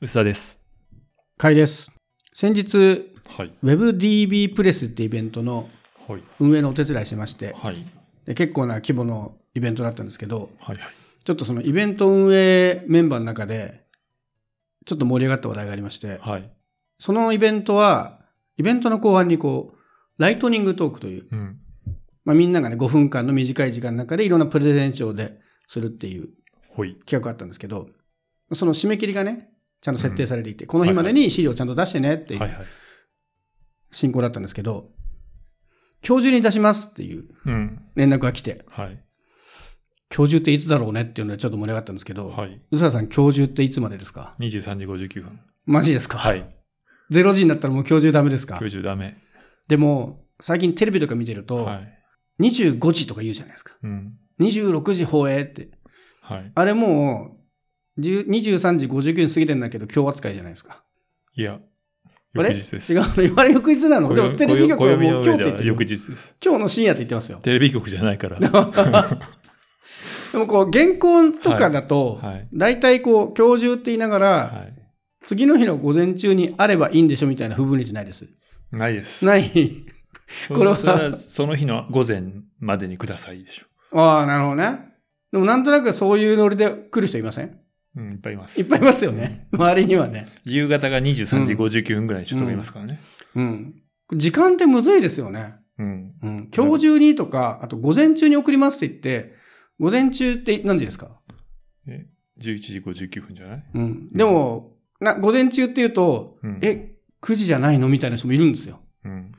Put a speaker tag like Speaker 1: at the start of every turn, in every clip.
Speaker 1: 薄田です。
Speaker 2: かいです。先日、
Speaker 1: はい。
Speaker 2: WebDB プレスってイベントの
Speaker 1: はい。
Speaker 2: 運営のお手伝いしまして、
Speaker 1: はい。
Speaker 2: で結構な規模のイベントだったんですけど、
Speaker 1: はい。
Speaker 2: ちょっとそのイベント運営メンバーの中で、ちょっと盛り上がった話題がありまして、
Speaker 1: はい。
Speaker 2: そのイベントは、イベントの後半にこう、ライトニングトークという、
Speaker 1: うん。
Speaker 2: まあ、みんながね、5分間の短い時間の中でいろんなプレゼンショーでするっていう
Speaker 1: ほい。
Speaker 2: 企画があったんですけど、その締め切りがね、ちゃんと設定されていて、この日までに資料をちゃんと出してねっていう
Speaker 1: はいはい。
Speaker 2: 進行だったんですけど、今日中に出しますっていう
Speaker 1: うん。
Speaker 2: 連絡が来て、
Speaker 1: はい。
Speaker 2: 今日中っていつだろうねっていうのでちょっと盛り上がったんですけど、
Speaker 1: はい。
Speaker 2: 宇佐さん、今日中っていつまでですか
Speaker 1: 23時59分。
Speaker 2: マジですか、
Speaker 1: はい。
Speaker 2: ?0 時になったらもう今日中ダメですか
Speaker 1: 今日中ダメ。
Speaker 2: でも、最近テレビとか見てると、
Speaker 1: はい。
Speaker 2: 25時とか言うじゃないですか。
Speaker 1: うん。
Speaker 2: 26時放映って。
Speaker 1: はい。
Speaker 2: あれもう、10 23時59分過ぎてんだけど、今日扱いじゃないですか。
Speaker 1: いや、
Speaker 2: あ
Speaker 1: 翌
Speaker 2: れ
Speaker 1: 日です。
Speaker 2: 違うのあれ翌日なの
Speaker 1: 暦
Speaker 2: でもテレビ局はもう今日って言
Speaker 1: 暦
Speaker 2: っ
Speaker 1: の上で
Speaker 2: て
Speaker 1: は
Speaker 2: る
Speaker 1: 翌。日です。
Speaker 2: 今日の深夜って言ってますよ。
Speaker 1: テレビ局じゃない から。
Speaker 2: でもこう、原稿とかだと、
Speaker 1: はい。
Speaker 2: 大体こう、今日中って言いながら、
Speaker 1: はい。
Speaker 2: 次の日の午前中にあればいいんでしょみたいな不分率ないです。
Speaker 1: ないです。い。
Speaker 2: ない。 これは
Speaker 1: そはその日の午前までにくださいでしょ。
Speaker 2: ああ、なるほどね。でもなんとなくそういうノリで来る人いません
Speaker 1: うん、いっぱいいます。
Speaker 2: いっぱいいますよね。 周りにはね。
Speaker 1: 夕方が23時59分ぐらいにちょっといますからね。
Speaker 2: うん。時間ってむずいですよね。
Speaker 1: うん。
Speaker 2: うん。今日中にとか、あと午前中に送りますって言って、午前中って何時ですか
Speaker 1: 11時59分じゃない
Speaker 2: うん。でも、な、午前中って言うと、
Speaker 1: うん。
Speaker 2: え、9時じゃないのみたいな人もいるんですよ。
Speaker 1: うん。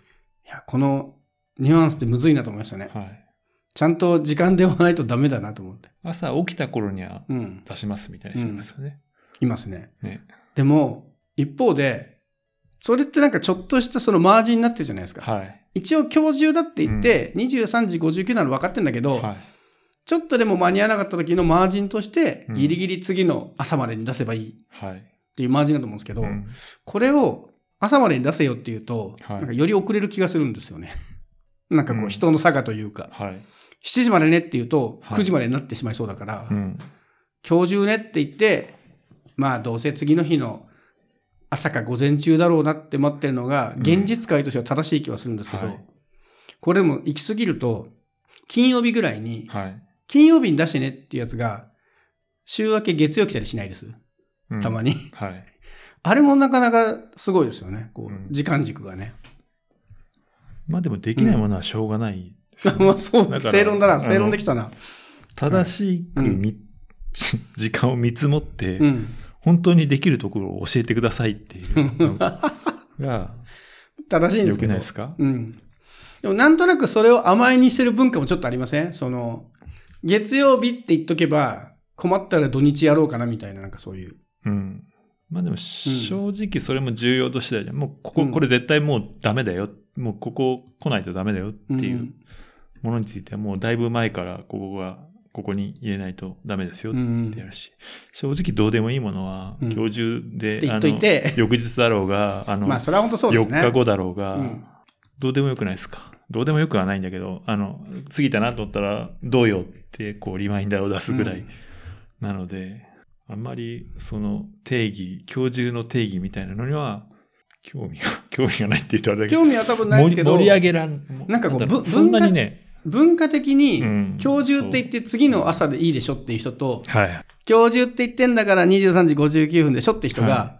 Speaker 2: いや、このニュアンスってむずいなと思いましたね。
Speaker 1: はい。
Speaker 2: ちゃんと時間ではないとダメだなと思って。
Speaker 1: 朝起きた頃には
Speaker 2: うん。
Speaker 1: 出しますみたいな人いますよね。
Speaker 2: いますね。
Speaker 1: ね。
Speaker 2: でも、一方で、それってなんかちょっとしたそのマージンになってるじゃないですか。
Speaker 1: はい。
Speaker 2: 一応今日中だって言って、23時59なの分かってんだけど、
Speaker 1: はい。
Speaker 2: ちょっとでも間に合わなかった時のマージンとして
Speaker 1: う、ん
Speaker 2: ギリギリ次の朝までに出せばいいっ
Speaker 1: はい。
Speaker 2: ていうマージンだと思うんですけど、
Speaker 1: うん
Speaker 2: これを朝までに出せよっていうと、
Speaker 1: はい
Speaker 2: なんかより遅れる気がするんですよね。なんかこ
Speaker 1: う
Speaker 2: うん人の差がというか、
Speaker 1: はい。
Speaker 2: 7時までねっていうと、
Speaker 1: はい
Speaker 2: 9時までになってしまいそうだから、
Speaker 1: うん。
Speaker 2: 今日中ねって言って、まあどうせ次の日の朝か午前中だろうなって待ってるのが、
Speaker 1: うん
Speaker 2: 現実界としては正しい気はするんですけど、
Speaker 1: はい
Speaker 2: これでも行き過ぎると、金曜日ぐらいに、
Speaker 1: はい。
Speaker 2: 金曜日に出してねっていうやつが、週明け月曜来たりしないです。
Speaker 1: うん
Speaker 2: たまに。
Speaker 1: はい。
Speaker 2: あれもなかなかすごいですよね。こ
Speaker 1: うん
Speaker 2: う、時間軸がね。
Speaker 1: まあでもできないものはしょうがないですよね。
Speaker 2: まあそ
Speaker 1: だか
Speaker 2: う、
Speaker 1: ら
Speaker 2: 正論だ
Speaker 1: あ
Speaker 2: な、
Speaker 1: の
Speaker 2: 正論できたな。
Speaker 1: 正しくみ、時間を見積もって、
Speaker 2: うん。
Speaker 1: 本当にできるところを教えてくださいって いうのが
Speaker 2: 正しいんで
Speaker 1: 良
Speaker 2: す
Speaker 1: く
Speaker 2: け
Speaker 1: な
Speaker 2: ど
Speaker 1: いで。すか
Speaker 2: うん。でもなんとなくそれを甘えにしてる文化もちょっとありませんその、月曜日って言っとけば、困ったら土日やろうかなみたいな、なんかそういう。
Speaker 1: うん。まあでも正直それも重要としてだじゃん。もうここ、これ絶対もうダメだよ。もうここ来ないとダメだよっていうものについてはもうだいぶ前からここがここに入れないとダメですよ
Speaker 2: うん。う
Speaker 1: っ
Speaker 2: ん
Speaker 1: てやるし、正直どうでもいいものは
Speaker 2: うん
Speaker 1: 今日中で、
Speaker 2: って言
Speaker 1: あ
Speaker 2: っと
Speaker 1: の
Speaker 2: いて
Speaker 1: 翌日だろうがあの、
Speaker 2: まあ、それは本当そうですね。
Speaker 1: 4日後だろうが、
Speaker 2: うん
Speaker 1: どうでもよくないですかどうでもよくはないんだけどあの過ぎたなと思ったらどうよってこうリマインダーを出すぐらい、
Speaker 2: うん
Speaker 1: なのであんまりその定義今日中の定義みたいなのには興味が 興味がないって言うとあれだけど
Speaker 2: 興味は多分ないですけ
Speaker 1: 盛
Speaker 2: ど、
Speaker 1: り盛り上げらん
Speaker 2: なんかこう
Speaker 1: だろ
Speaker 2: ぶ
Speaker 1: そんなにね
Speaker 2: 文化的に、今日中って言っ
Speaker 1: って
Speaker 2: 次の朝でいいでしょっていう人と、
Speaker 1: て、はい、
Speaker 2: 今日中って言ってんだから23時59分でしょって人が、
Speaker 1: は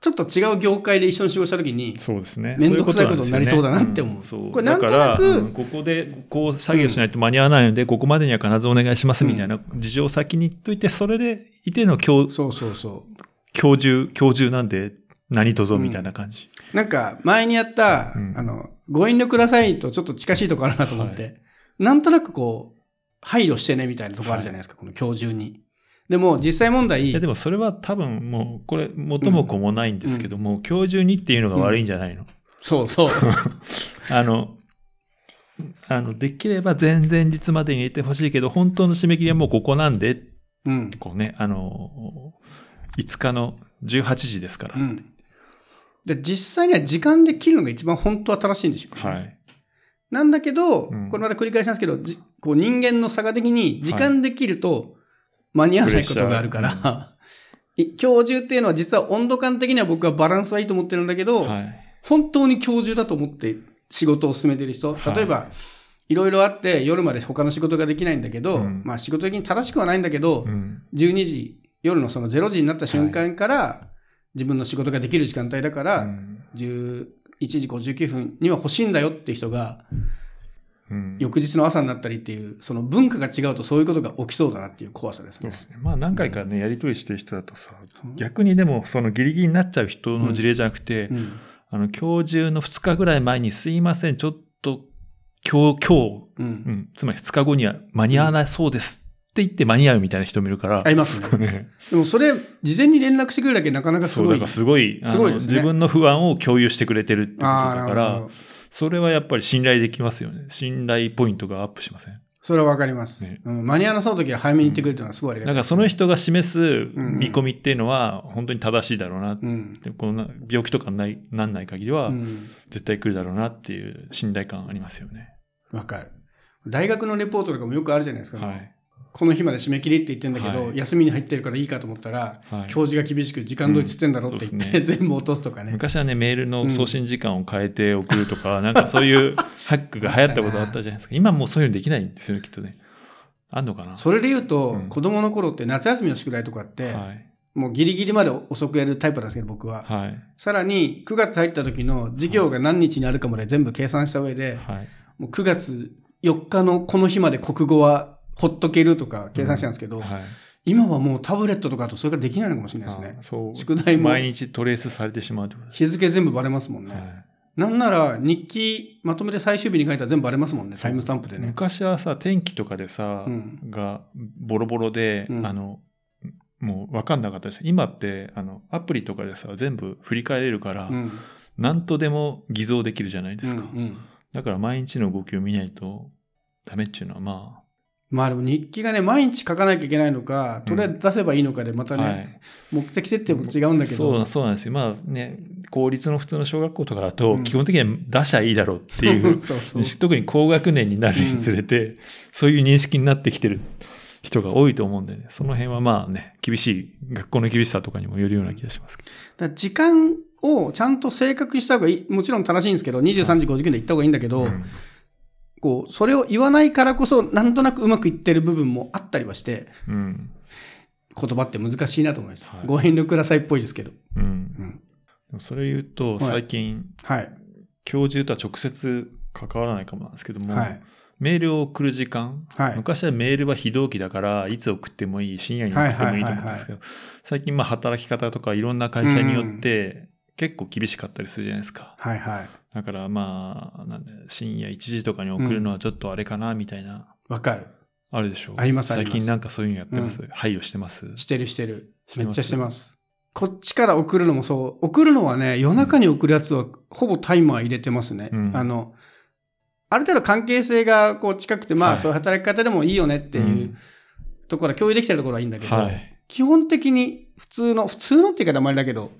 Speaker 2: ちょっと違う業界で一緒に仕事した時に、
Speaker 1: そうですね
Speaker 2: 面倒くさいことになりそうだなって思う
Speaker 1: そいこ
Speaker 2: ことれ
Speaker 1: な
Speaker 2: なんん
Speaker 1: で
Speaker 2: と
Speaker 1: すよねだか
Speaker 2: な
Speaker 1: ら、
Speaker 2: く
Speaker 1: うんここでこう作業しないと間に合わないので、ここまでには必ずお願いしますみたいな事情を先に言っといてそれでいての今日
Speaker 2: そうそうそ
Speaker 1: 今日中今日中なんで何とぞみたいな感じ、
Speaker 2: う。なんか、前にやった、
Speaker 1: うん
Speaker 2: あの、ご遠慮くださいとちょっと近しいところあるなと思って、
Speaker 1: は
Speaker 2: なんとなくこう、配慮してねみたいなとこあるじゃないですか、この今日中に。でも、実際問題、
Speaker 1: いやでもそれは多分もうこれ元も子もないんですけども、今日中にっていうのが悪いんじゃないの、
Speaker 2: そうそう。
Speaker 1: あの、あの、できれば前々日までに入れてほしいけど、本当の締め切りはもうここなんで、
Speaker 2: うん。
Speaker 1: こうね、あの、5日の18時ですから。
Speaker 2: うん。で、実際には時間で切るのが一番本当は正しいんでしょうね、
Speaker 1: はい。
Speaker 2: なんだけど、
Speaker 1: うん
Speaker 2: これまた繰り返しなんですけど、じこう人間の差が的に時間で切ると間に合わないことがあるから、 い教授っていうのは実は温度感的には僕はバランスはいいと思ってるんだけど、
Speaker 1: はい。
Speaker 2: 本当に教授だと思って仕事を進めてる人
Speaker 1: はい
Speaker 2: 例えば、いろいろあって夜まで他の仕事ができないんだけど、
Speaker 1: うん
Speaker 2: まあ仕事的に正しくはないんだけど、
Speaker 1: うん。
Speaker 2: 12時夜のその0時になった瞬間から、自分の仕事ができる時間帯だから、
Speaker 1: うん
Speaker 2: 11時59分には欲しいんだよって人が
Speaker 1: うん
Speaker 2: 翌日の朝になったりっていうその文化が違うとそういうことが起きそうだなっていう怖さです
Speaker 1: そう
Speaker 2: ね
Speaker 1: で。すね。まあ何回かね、やりとりしてる人だとさ、
Speaker 2: うん
Speaker 1: 逆にでも、そのギリギリになっちゃう人の事例じゃなくて
Speaker 2: う、ん
Speaker 1: あの、今日中の2日ぐらい前に、すいません、ちょっと、今日、今日、う
Speaker 2: う、
Speaker 1: んん、つまり2日後には間に合わないそうですって言って間に合うみたいな人もいるから
Speaker 2: あ、りますね。
Speaker 1: ね、
Speaker 2: でもそれ事前に連絡してくるだけなかなかす
Speaker 1: そう、
Speaker 2: ご
Speaker 1: だ
Speaker 2: い
Speaker 1: から。すごい、あの
Speaker 2: すごいですね
Speaker 1: 自分の不安を共有してくれてるってことだ
Speaker 2: ああ、な
Speaker 1: か
Speaker 2: るほ
Speaker 1: ら
Speaker 2: ど、。
Speaker 1: それはやっぱり信頼できますよね。信頼ポイントがアップしません。
Speaker 2: それはわかります、
Speaker 1: ね
Speaker 2: うん。間に合わなそうな時は早めに行ってくるというのはすごいあり
Speaker 1: だ
Speaker 2: が
Speaker 1: か
Speaker 2: たい。
Speaker 1: らその人が示す見込みっていうのは本当に正しいだろうなって。
Speaker 2: うん。
Speaker 1: こんな病気とかないなんない限り
Speaker 2: わ、
Speaker 1: は
Speaker 2: うん
Speaker 1: 絶対来るだろうなっていう信頼感ありますよね。、
Speaker 2: わかる。大学のレポートとかもよくあるじゃないですか。
Speaker 1: はい。
Speaker 2: この日まで締め切りって言ってんだけど、
Speaker 1: はい
Speaker 2: 休みに入ってるからいいかと思ったら、
Speaker 1: はい、
Speaker 2: 教授が厳しく時間通りっつってんだろって言って、
Speaker 1: うん
Speaker 2: 全部落とすとかね。
Speaker 1: 昔はね、メールの送信時間を変えて送るとか、なんかそういうハックが流行ったことあったじゃないですか。今もうそういうのできないんですよね、きっとね。あんのかな
Speaker 2: それで言うと、
Speaker 1: うん
Speaker 2: 子供の頃って夏休みの宿題とかって、
Speaker 1: はい。
Speaker 2: もうギリギリまで遅くやるタイプなんですけど、僕は。
Speaker 1: はい。
Speaker 2: さらに、9月入った時の授業が何日にあるかまで全部計算した上で、
Speaker 1: はい。
Speaker 2: もう9月4日のこの日まで国語はほっとけるとか計算してたんですけど、
Speaker 1: はい。
Speaker 2: 今はもうタブレットとかだとそれができないのかもしれないですね
Speaker 1: あ。そう。
Speaker 2: 宿題も
Speaker 1: 毎日トレースされてしまうってことです
Speaker 2: 日付全部バレますもんね。
Speaker 1: ね。はい
Speaker 2: なんなら日記まとめて最終日に書いたら全部バレますもんね、タイムスタンプでね。
Speaker 1: 昔はさ、天気とかでさ、
Speaker 2: うん
Speaker 1: がボロボロで、
Speaker 2: うん
Speaker 1: あの、もう分かんなかったです。今って、あの、アプリとかでさ、全部振り返れるから、
Speaker 2: うん
Speaker 1: なんとでも偽造できるじゃないですか。
Speaker 2: うんうん
Speaker 1: だから毎日の動きを見ないとダメっていうのはま
Speaker 2: まあでも日記がね、毎日書かなきゃいけないのか、とりあえず出せばいいのかで、ま
Speaker 1: あ、
Speaker 2: たね、
Speaker 1: はい。
Speaker 2: 目的設定も違うんだけど、
Speaker 1: そうそうなんですよ。まあね、公立の普通の小学校とかだ
Speaker 2: う
Speaker 1: と、
Speaker 2: ん
Speaker 1: 基本的には出しゃいいだろうって いう、
Speaker 2: そうそう
Speaker 1: 特に高学年になるにつれて、そういう認識になってきてる人が多いと思うんでね、その辺はまあね、厳しい、学校の厳しさとかにもよるような気がしますけど。
Speaker 2: だから時間をちゃんと正確にした方がいい、もちろん正しいんですけど、23時59で行った方がいいんだけど、
Speaker 1: うん
Speaker 2: こう、それを言わないからこそ、なんとなくうまくいってる部分もあったりはして、
Speaker 1: うん。
Speaker 2: 言葉って難しいなと思います。
Speaker 1: はい
Speaker 2: ご遠慮くださいっぽいですけど。
Speaker 1: うん
Speaker 2: う
Speaker 1: で
Speaker 2: ん
Speaker 1: もそれ言うと、
Speaker 2: い
Speaker 1: 最近、
Speaker 2: はい。
Speaker 1: 教授とは直接関わらないかもなんですけども、
Speaker 2: はい。
Speaker 1: メールを送る時間、
Speaker 2: はい。
Speaker 1: 昔はメールは非同期だから、いつ送ってもいい、深夜に送ってもいいと思うんですけど、最近まあ働き方とかいろんな会社によって結構厳しかったりするじゃないですか。
Speaker 2: はい。はい。
Speaker 1: だからまあ、なんで深夜1時とかに送るのはちょっとあれかな、みたいな、
Speaker 2: わかる。
Speaker 1: あるでしょう。
Speaker 2: ありますあり
Speaker 1: 最
Speaker 2: ます
Speaker 1: 近なんかそういうのやってます。配慮してます。
Speaker 2: してるしてる。
Speaker 1: して
Speaker 2: め
Speaker 1: ます
Speaker 2: っちゃしてます。こっちから送るのもそう。送るのはね、夜中に送るやつはほぼタイマー入れてますね。
Speaker 1: うん
Speaker 2: あの、ある程度関係性がこう近くて、ま
Speaker 1: は
Speaker 2: あ
Speaker 1: い
Speaker 2: そういう働き方でもいいよねっていうところは共有できてるところはいいんだ
Speaker 1: うん
Speaker 2: けど、
Speaker 1: はい。
Speaker 2: 基本的に普通の、普通のっていう言い方もあれだけど、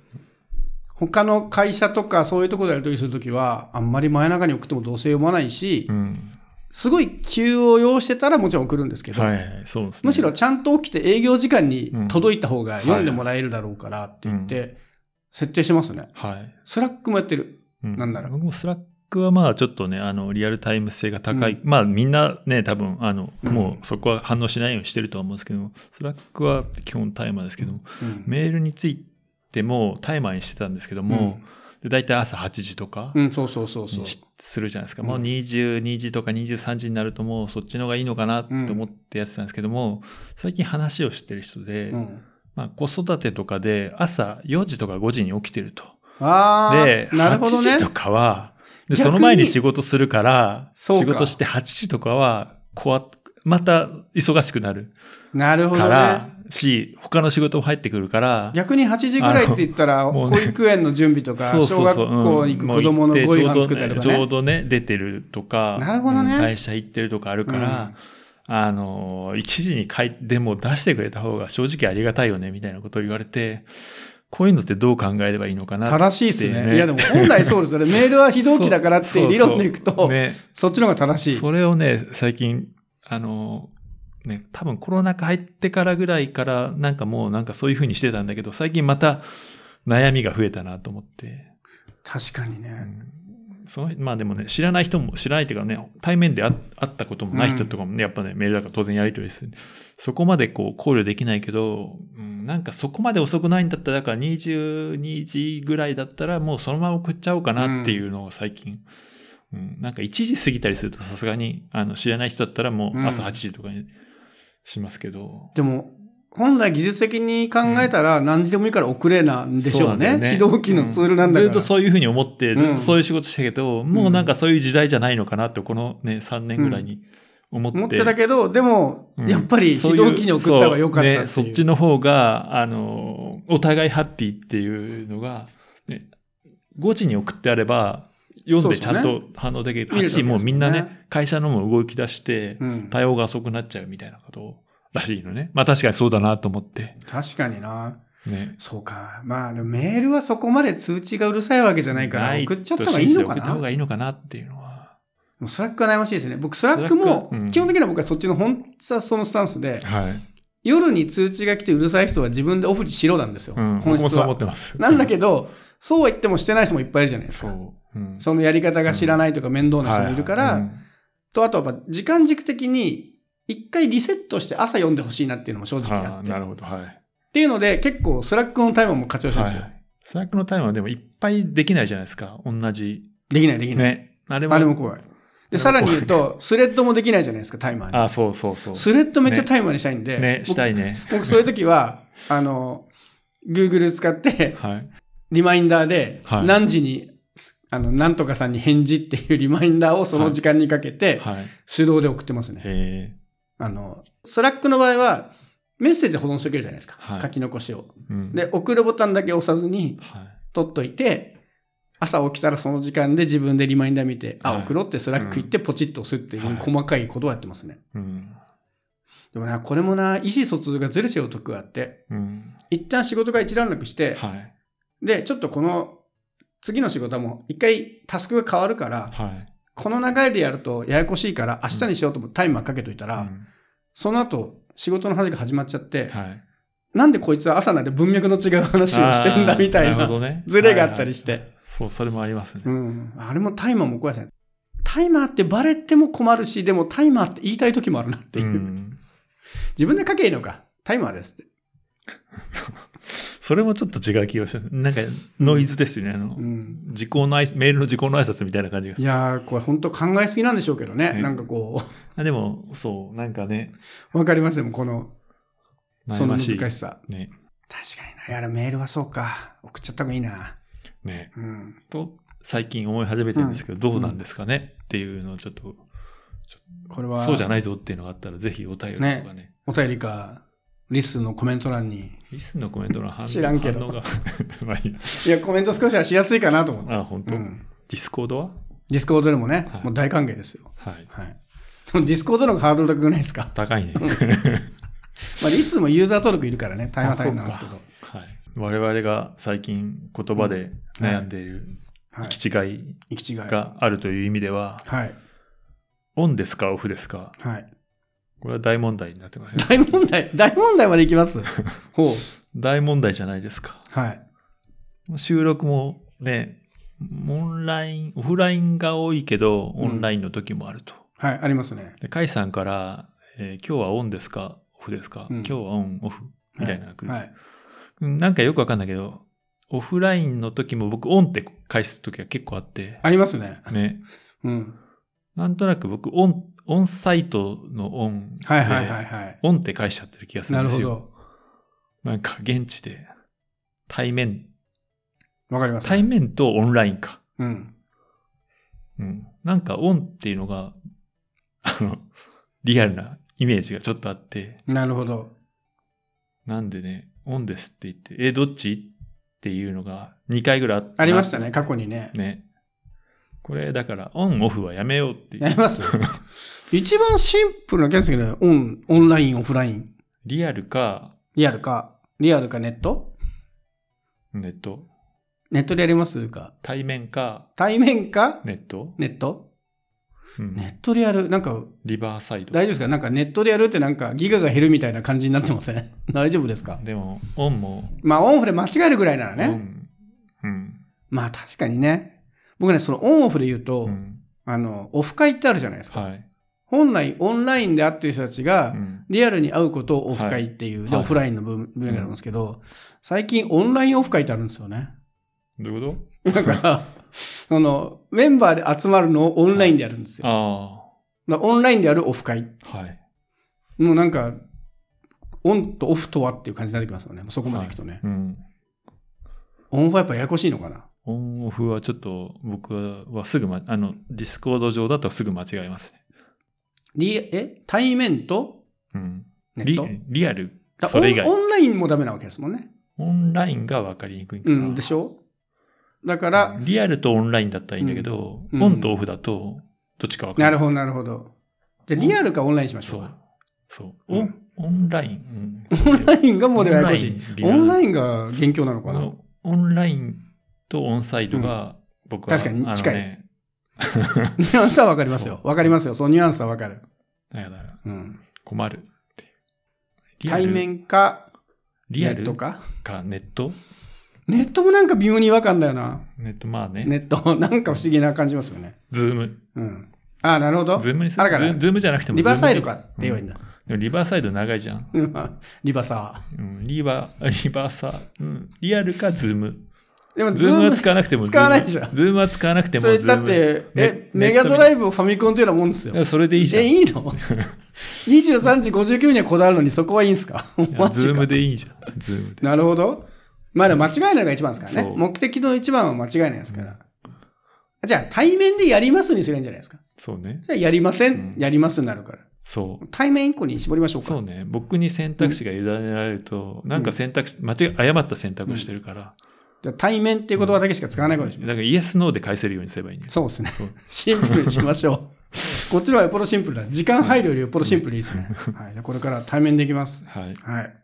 Speaker 2: 他の会社とかそういうところでやり取りするときは、あんまり真夜中に送ってもどうせ読まないし、
Speaker 1: うん。
Speaker 2: すごい急を要してたらもちろん送るんですけど、
Speaker 1: はいはい。そうですね。
Speaker 2: むしろちゃんと起きて営業時間に届いた方
Speaker 1: ん
Speaker 2: が読んでもらえるだろうからって言って、設定してますね。
Speaker 1: はい。
Speaker 2: スラックもやってる。
Speaker 1: う
Speaker 2: なんなら
Speaker 1: 僕もスラックはまあちょっとね、あの、リアルタイム性が高い。
Speaker 2: う
Speaker 1: まあみんなね、多分、あの、
Speaker 2: うん
Speaker 1: もうそこは反応しないようにしてるとは思うんですけど、スラックは基本タイマーですけども、
Speaker 2: うん
Speaker 1: メールについてもタイマーにしてたんですけども、で大体朝8時とか、
Speaker 2: うん、そうそうそうそう
Speaker 1: に。しするじゃないですか。
Speaker 2: うん
Speaker 1: もう22時とか23時になるともうそっちの方がいいのかなと思ってやってたんですけども、最近話をしてる人で、
Speaker 2: うん、
Speaker 1: まあ子育てとかで朝4時とか5時に起きてると。
Speaker 2: ああ、
Speaker 1: で、
Speaker 2: なるほど
Speaker 1: 8
Speaker 2: ね
Speaker 1: 時。とかは、で、
Speaker 2: 逆
Speaker 1: そ
Speaker 2: に
Speaker 1: の前に仕事するから、
Speaker 2: そうか
Speaker 1: 仕事して8時とかは、こわ、また忙しくなる
Speaker 2: なるほど
Speaker 1: か
Speaker 2: ね
Speaker 1: ら。、し、他の仕事も入ってくるから、
Speaker 2: 逆に8時ぐらいって言ったら、
Speaker 1: のも
Speaker 2: 保
Speaker 1: うね
Speaker 2: 育園の準備とか、小学校に行く子供のご
Speaker 1: ご
Speaker 2: 飯作ったりとか
Speaker 1: ちょう
Speaker 2: ね。
Speaker 1: どね、出てるとか、
Speaker 2: なるほどね
Speaker 1: うん会社行ってるとかあるから、あの、1時に帰っても出してくれた方が正直ありがたいよね、みたいなことを言われて、こういうのってどう考えればいいのかな
Speaker 2: 正しいです
Speaker 1: って
Speaker 2: ね。
Speaker 1: ね
Speaker 2: いや、でも本来そうで すよね。メールは非同期だからっていう理論でいくと、そ
Speaker 1: ね、
Speaker 2: っちの方が正しい。
Speaker 1: それをね、最近、あの、ね、多分コロナ禍入ってからぐらいから、なんかもうなんかそういう風にしてたんだけど、最近また悩みが増えたなと思って。
Speaker 2: 確かに
Speaker 1: う
Speaker 2: ね。
Speaker 1: んそのまあでもね、知らない人も、知らないっていうかね、対面で会会ったこともない人とかもね、やっぱね、メールだから当然やり取りする。そこまでこう考慮できないけど、うん、なんかそこまで遅くないんだったら、だから22時ぐらいだったら、もうそのまま送っちゃおうかなっていうのを最近、うんなんか1時過ぎたりするとさすがに、あの、知らない人だったらもう朝
Speaker 2: うん
Speaker 1: 8時とかにしますけど、
Speaker 2: でも、本来技術的に考えたら何時でもいいから遅れなんでしょ
Speaker 1: そうな
Speaker 2: うね。
Speaker 1: んだよね
Speaker 2: 非同期のツールなんだか
Speaker 1: ず
Speaker 2: ら。
Speaker 1: っとそういうふうに思って、ずっとそういう仕事してたけど、もうなんかそういう時代じゃないのかなって、このね、3年ぐらいに思って。
Speaker 2: 思ってたけど、でも、
Speaker 1: うん
Speaker 2: やっぱり
Speaker 1: そうい
Speaker 2: 非
Speaker 1: う
Speaker 2: 同期に送った方が良かったっていう。
Speaker 1: そうねそっちの方が、あの、お互いハッピーっていうのが、ね、5時に送ってあれば、読んでちゃん
Speaker 2: そ
Speaker 1: と反応できる。8
Speaker 2: 見れたわけです
Speaker 1: 時
Speaker 2: もんね
Speaker 1: もうみんなね、会社のも動き出して、
Speaker 2: うん、
Speaker 1: 対応が遅くなっちゃうみたいなことらしいのね。まあ確かにそうだなと思って。
Speaker 2: 確かにな。
Speaker 1: ね。
Speaker 2: そうか。まあ、でもメールはそこまで通知がうるさいわけじゃないから、
Speaker 1: ない
Speaker 2: 送っちゃった方がいいのか
Speaker 1: 送った
Speaker 2: な。
Speaker 1: 方
Speaker 2: も
Speaker 1: がいいのかなっていうのは。
Speaker 2: うスラックは悩ましいですね。僕、スラック
Speaker 1: スラッ
Speaker 2: も
Speaker 1: クうん、
Speaker 2: 基本的には僕はそっちの本さ、そのスタンスで、
Speaker 1: はい。
Speaker 2: 夜に通知が来てうるさい人は自分でオフにしろなんですよ。
Speaker 1: うん。
Speaker 2: 本
Speaker 1: 僕も
Speaker 2: 質
Speaker 1: そう思
Speaker 2: は
Speaker 1: っ。てます。
Speaker 2: なんだけ
Speaker 1: ど、
Speaker 2: ど、そうは言ってもしてない人もいっぱいいるじゃないです
Speaker 1: そ
Speaker 2: か。
Speaker 1: う。うん
Speaker 2: そのやり方が知らないとか面倒な人もいるから、
Speaker 1: はいはい
Speaker 2: と、あとはやっぱ時間軸的に、一回リセットして朝読んでほしいなっていうのも正直
Speaker 1: うん
Speaker 2: あ
Speaker 1: は
Speaker 2: っ
Speaker 1: い
Speaker 2: て。
Speaker 1: なる
Speaker 2: っ
Speaker 1: ほど。はい。
Speaker 2: ていうので、結構スラックのタイムも活用してるんですよ。
Speaker 1: はいスラックのタイムはでもいっぱいできないじゃないですか。同じ。
Speaker 2: できないできない。
Speaker 1: ね。あれも。
Speaker 2: あれも怖い。で、さらに言う と、スレッドもできないじゃないですか、タイマー
Speaker 1: あ
Speaker 2: に。
Speaker 1: そうそうそう。
Speaker 2: スレッドめっちゃタイマーにしたいんで、
Speaker 1: ね、
Speaker 2: 僕
Speaker 1: したいね。
Speaker 2: 僕そういう時は、あの、Google 使って、
Speaker 1: はい。
Speaker 2: リマインダーで、
Speaker 1: はい
Speaker 2: 何時に、あの、なんとかさんに返事っていうリマインダーをその時間にかけて、
Speaker 1: はい。
Speaker 2: 手動で送ってますね。
Speaker 1: へえ。
Speaker 2: あの、スラックの場合は、メッセージ保存しておけるじゃないですか。
Speaker 1: はい
Speaker 2: 書き残しを。
Speaker 1: うん。
Speaker 2: で、送るボタンだけ押さずに
Speaker 1: はい。
Speaker 2: 取っといて、朝起きたらその時間で自分でリマインダー見て、
Speaker 1: は
Speaker 2: あ、
Speaker 1: い
Speaker 2: 送ろうってスラック行ってポチッと押すっていう
Speaker 1: はい
Speaker 2: 細かいことをやってますね。
Speaker 1: うん。
Speaker 2: でもな、これもな、意思疎通がずれちゃうとくあって、
Speaker 1: うん。
Speaker 2: 一旦仕事が一段落して、
Speaker 1: はい。
Speaker 2: で、ちょっとこの、次の仕事はもう一回タスクが変わるから、
Speaker 1: はい。
Speaker 2: この流れでやるとややこしいから明日にしようと思ってタイマーかけといたら、
Speaker 1: うん
Speaker 2: その後仕事の話が始まっちゃって、
Speaker 1: はい。
Speaker 2: なんでこいつは朝なんで文脈の違う話をしてんだみたい
Speaker 1: あー
Speaker 2: な。
Speaker 1: る ほどね
Speaker 2: ズレがあったりして
Speaker 1: はいはいそう、それもありますね。
Speaker 2: うん。あれもタイマーも怖いですね。タイマーってバレても困るし、でもタイマーって言いたい時もあるなっていう。
Speaker 1: うん
Speaker 2: 自分で書けばいいのか。タイマーですって。
Speaker 1: それもちょっと違う気がします。なんか、ノイズですよね。あの
Speaker 2: う、ん。
Speaker 1: 時効のあいメールの時効の挨拶みたいな感じがす
Speaker 2: い
Speaker 1: る。
Speaker 2: やー、これ本当考えすぎなんでしょうけどね。
Speaker 1: ね
Speaker 2: なんかこう
Speaker 1: あでも、そう、なんかね、、
Speaker 2: わかりますよ、この、そ
Speaker 1: 悩
Speaker 2: の
Speaker 1: ましい。
Speaker 2: 難しさ。
Speaker 1: ね。
Speaker 2: 確かにな。いや、あれメールはそうか。送っちゃった方がいいな。
Speaker 1: ね。
Speaker 2: うん。
Speaker 1: と最近思い始めてるんですけど、どうなんですかね、っていうのをちょっと
Speaker 2: これは、
Speaker 1: そうじゃないぞっていうのがあったらぜひお便りとかね
Speaker 2: お便りか、リスのコメント欄に。
Speaker 1: リスのコメントの反応
Speaker 2: 知らんけど
Speaker 1: 反応が まあいいや
Speaker 2: いや、コメント少しはしやすいかなと思って。
Speaker 1: あ本当、
Speaker 2: うん
Speaker 1: ディスコードは
Speaker 2: ディスコードでもね、
Speaker 1: はい
Speaker 2: もう大歓迎ですよ。
Speaker 1: はい
Speaker 2: はい。でもディスコードの方がハードル高くないですか。
Speaker 1: 高いね、
Speaker 2: まあ、リスもユーザー登録いるからね、大変は
Speaker 1: あ
Speaker 2: 大変なん ですけど。
Speaker 1: はい、我々が最近言葉で悩んでいる
Speaker 2: はい
Speaker 1: 行。き違い
Speaker 2: 行き違い。は
Speaker 1: があるという意味では、
Speaker 2: い。
Speaker 1: オンですかオフですか
Speaker 2: はい。
Speaker 1: これは大問題になってますよね
Speaker 2: 大問題、大問題まで行きます ほう。
Speaker 1: 大問題じゃないですか
Speaker 2: はい。
Speaker 1: 収録もね、オンライン、オフラインが多いけど、
Speaker 2: う
Speaker 1: オ
Speaker 2: ん
Speaker 1: ンラインの時もあると。
Speaker 2: はい、ありますね。
Speaker 1: で、甲斐さんから、えー今日はオンですかオフですか、
Speaker 2: うん
Speaker 1: 今日はオン、オフみたいなのが来る、
Speaker 2: はい。
Speaker 1: うんなんかよくわかんないけど、オフラインの時も僕オンって返す時が結構あって、
Speaker 2: ありますね。
Speaker 1: ね、
Speaker 2: うん。
Speaker 1: なんとなく僕オン、オンサイトのオンで、
Speaker 2: はいはいはいはい。
Speaker 1: オンって返しちゃってる気がする
Speaker 2: なんる
Speaker 1: で
Speaker 2: ほ
Speaker 1: すよ。
Speaker 2: ど。
Speaker 1: なんか現地で、対面、
Speaker 2: わかります。
Speaker 1: 対面とオンラインか。
Speaker 2: うん。
Speaker 1: うん。なんかオンっていうのが、 あの、リアルなイメージがちょっとあって、
Speaker 2: なるほど。
Speaker 1: なんでね、オンですって言って、え、どっちっていうのが2回ぐらいあったな
Speaker 2: ありましたね、過去にね。
Speaker 1: ね。これ、だから、オン、オフはやめようってい
Speaker 2: やり
Speaker 1: う。
Speaker 2: ます。一番シンプルなケースだけどね、オン、オンライン、オフライン。
Speaker 1: リアルか、
Speaker 2: リアルか、リアルかネット
Speaker 1: ネット。
Speaker 2: ネットでやりますか
Speaker 1: 対面か、
Speaker 2: 対面か
Speaker 1: ネット。
Speaker 2: ネット
Speaker 1: うん
Speaker 2: ネットでやる、なんか
Speaker 1: リバーサイド
Speaker 2: 大丈夫ですかなんかネットでやるってなんかギガが減るみたいな感じになってません 大丈夫ですか
Speaker 1: でもオンも
Speaker 2: まあオンオフで間違えるぐらいならね。
Speaker 1: うんうん
Speaker 2: まあ確かにね。僕ね、そのオンオフで言うと、
Speaker 1: うん
Speaker 2: あの、オフ会ってあるじゃないですか。
Speaker 1: はい
Speaker 2: 本来オンラインで会ってる人たちが、
Speaker 1: うん
Speaker 2: リアルに会うことをオフ会っていう、で
Speaker 1: はい
Speaker 2: オフラインの分分野なんですけど、最近オンラインオフ会ってあるんです よね。
Speaker 1: どういうこ
Speaker 2: だから、その、メンバーで集まるのをオンラインでやるんです
Speaker 1: と
Speaker 2: よ。
Speaker 1: あ
Speaker 2: だからオンラインでやるオフ会。
Speaker 1: あはい
Speaker 2: もうなんか、オンとオフとはっていう感じになってきますよね。そこまでいくとね。
Speaker 1: うん
Speaker 2: オンオフはやっぱややこしいのかな。
Speaker 1: オンオフはちょっと僕はすぐ、ま、あのディスコード上だとすぐ間違えますね
Speaker 2: リえ対面と
Speaker 1: うん
Speaker 2: ネッ
Speaker 1: リ
Speaker 2: ト
Speaker 1: リアル
Speaker 2: だ
Speaker 1: それ以外
Speaker 2: オンオンラインもダメなわけですもんね。
Speaker 1: オンラインが分かりにくいか
Speaker 2: う、
Speaker 1: なん
Speaker 2: でしょだから、
Speaker 1: リアルとオンラインだったらいいんだけど、
Speaker 2: うん
Speaker 1: オンとオフだとどっちか分かんな
Speaker 2: ないるほど、なるほど。じゃあリアルかオンラインにしまし
Speaker 1: そ
Speaker 2: ょ
Speaker 1: うう
Speaker 2: か。。
Speaker 1: そう。オンオンライン。
Speaker 2: オンラインがもうではややこしい。
Speaker 1: い
Speaker 2: オンラ
Speaker 1: ン
Speaker 2: インが元凶なのかな。
Speaker 1: オンラインとオンサイドが僕は、
Speaker 2: 確かに近い
Speaker 1: あのね
Speaker 2: ニュアンスはわかりますよ。わかりますよ。そのニュアンスはわかる。
Speaker 1: だから
Speaker 2: うん、
Speaker 1: 困るっていうリアル
Speaker 2: 対面か、
Speaker 1: リ
Speaker 2: ネ
Speaker 1: ア
Speaker 2: ッ
Speaker 1: ル
Speaker 2: トか。
Speaker 1: かネット
Speaker 2: ネットもなんか微妙に違和感だよな。
Speaker 1: ネットまあね。
Speaker 2: ネット、 なんか不思議な感じますよね。
Speaker 1: ズーム。
Speaker 2: うん。ああ、なるほど。
Speaker 1: ズームにす
Speaker 2: あ
Speaker 1: る
Speaker 2: だから
Speaker 1: ズズームじゃなくても
Speaker 2: リバーサイドか
Speaker 1: Zoom
Speaker 2: って言えばいいんだ。
Speaker 1: でもリバーサイド長いじゃん。
Speaker 2: リバーサ
Speaker 1: うん、リバー、 リバーサ、うん、リアルかズーム。
Speaker 2: ー。でも、
Speaker 1: ズ
Speaker 2: ズ
Speaker 1: ーム
Speaker 2: ー
Speaker 1: は
Speaker 2: ム
Speaker 1: 使わなくても
Speaker 2: 使わないじゃん
Speaker 1: ズームは使わなくても
Speaker 2: それ
Speaker 1: ズー
Speaker 2: だっ
Speaker 1: ム
Speaker 2: て、え、
Speaker 1: ネ
Speaker 2: メガドライブをファミコンというようなもんですよ。
Speaker 1: それでいいじゃん。
Speaker 2: え、いい の ?23 時59分にはこだわるのにそこはいいんですか
Speaker 1: い
Speaker 2: マ
Speaker 1: や
Speaker 2: ジ
Speaker 1: ズー
Speaker 2: か
Speaker 1: ム。でいいじゃん。ズームで。
Speaker 2: なるほど。まあでも間違いないのが一番ですから
Speaker 1: そ
Speaker 2: ね。
Speaker 1: う
Speaker 2: 目的の一番は間違いないですから。じゃあ対面でやりますにすればいいんじゃないですか。
Speaker 1: そうね。
Speaker 2: じゃあやりません、
Speaker 1: うん
Speaker 2: やりますになるから。
Speaker 1: そ
Speaker 2: 対面一個に絞りましょう
Speaker 1: う。
Speaker 2: か。
Speaker 1: そうね。僕に選択肢が委ねられると、なんか選択肢、間違い、誤った選択をしてるから、
Speaker 2: じゃあ対面っていう言葉だけしか使わないことにしましょう。
Speaker 1: だからイエス・ノーで返せるようにすればいいね。
Speaker 2: そうですね
Speaker 1: そう。
Speaker 2: シンプルにしましょ う。 こっちの方がよっぽどシンプルだ。時間配慮よりよっぽどシンプルでいいですね。はい。じゃあこれから対面でいきます。
Speaker 1: はい。
Speaker 2: はい。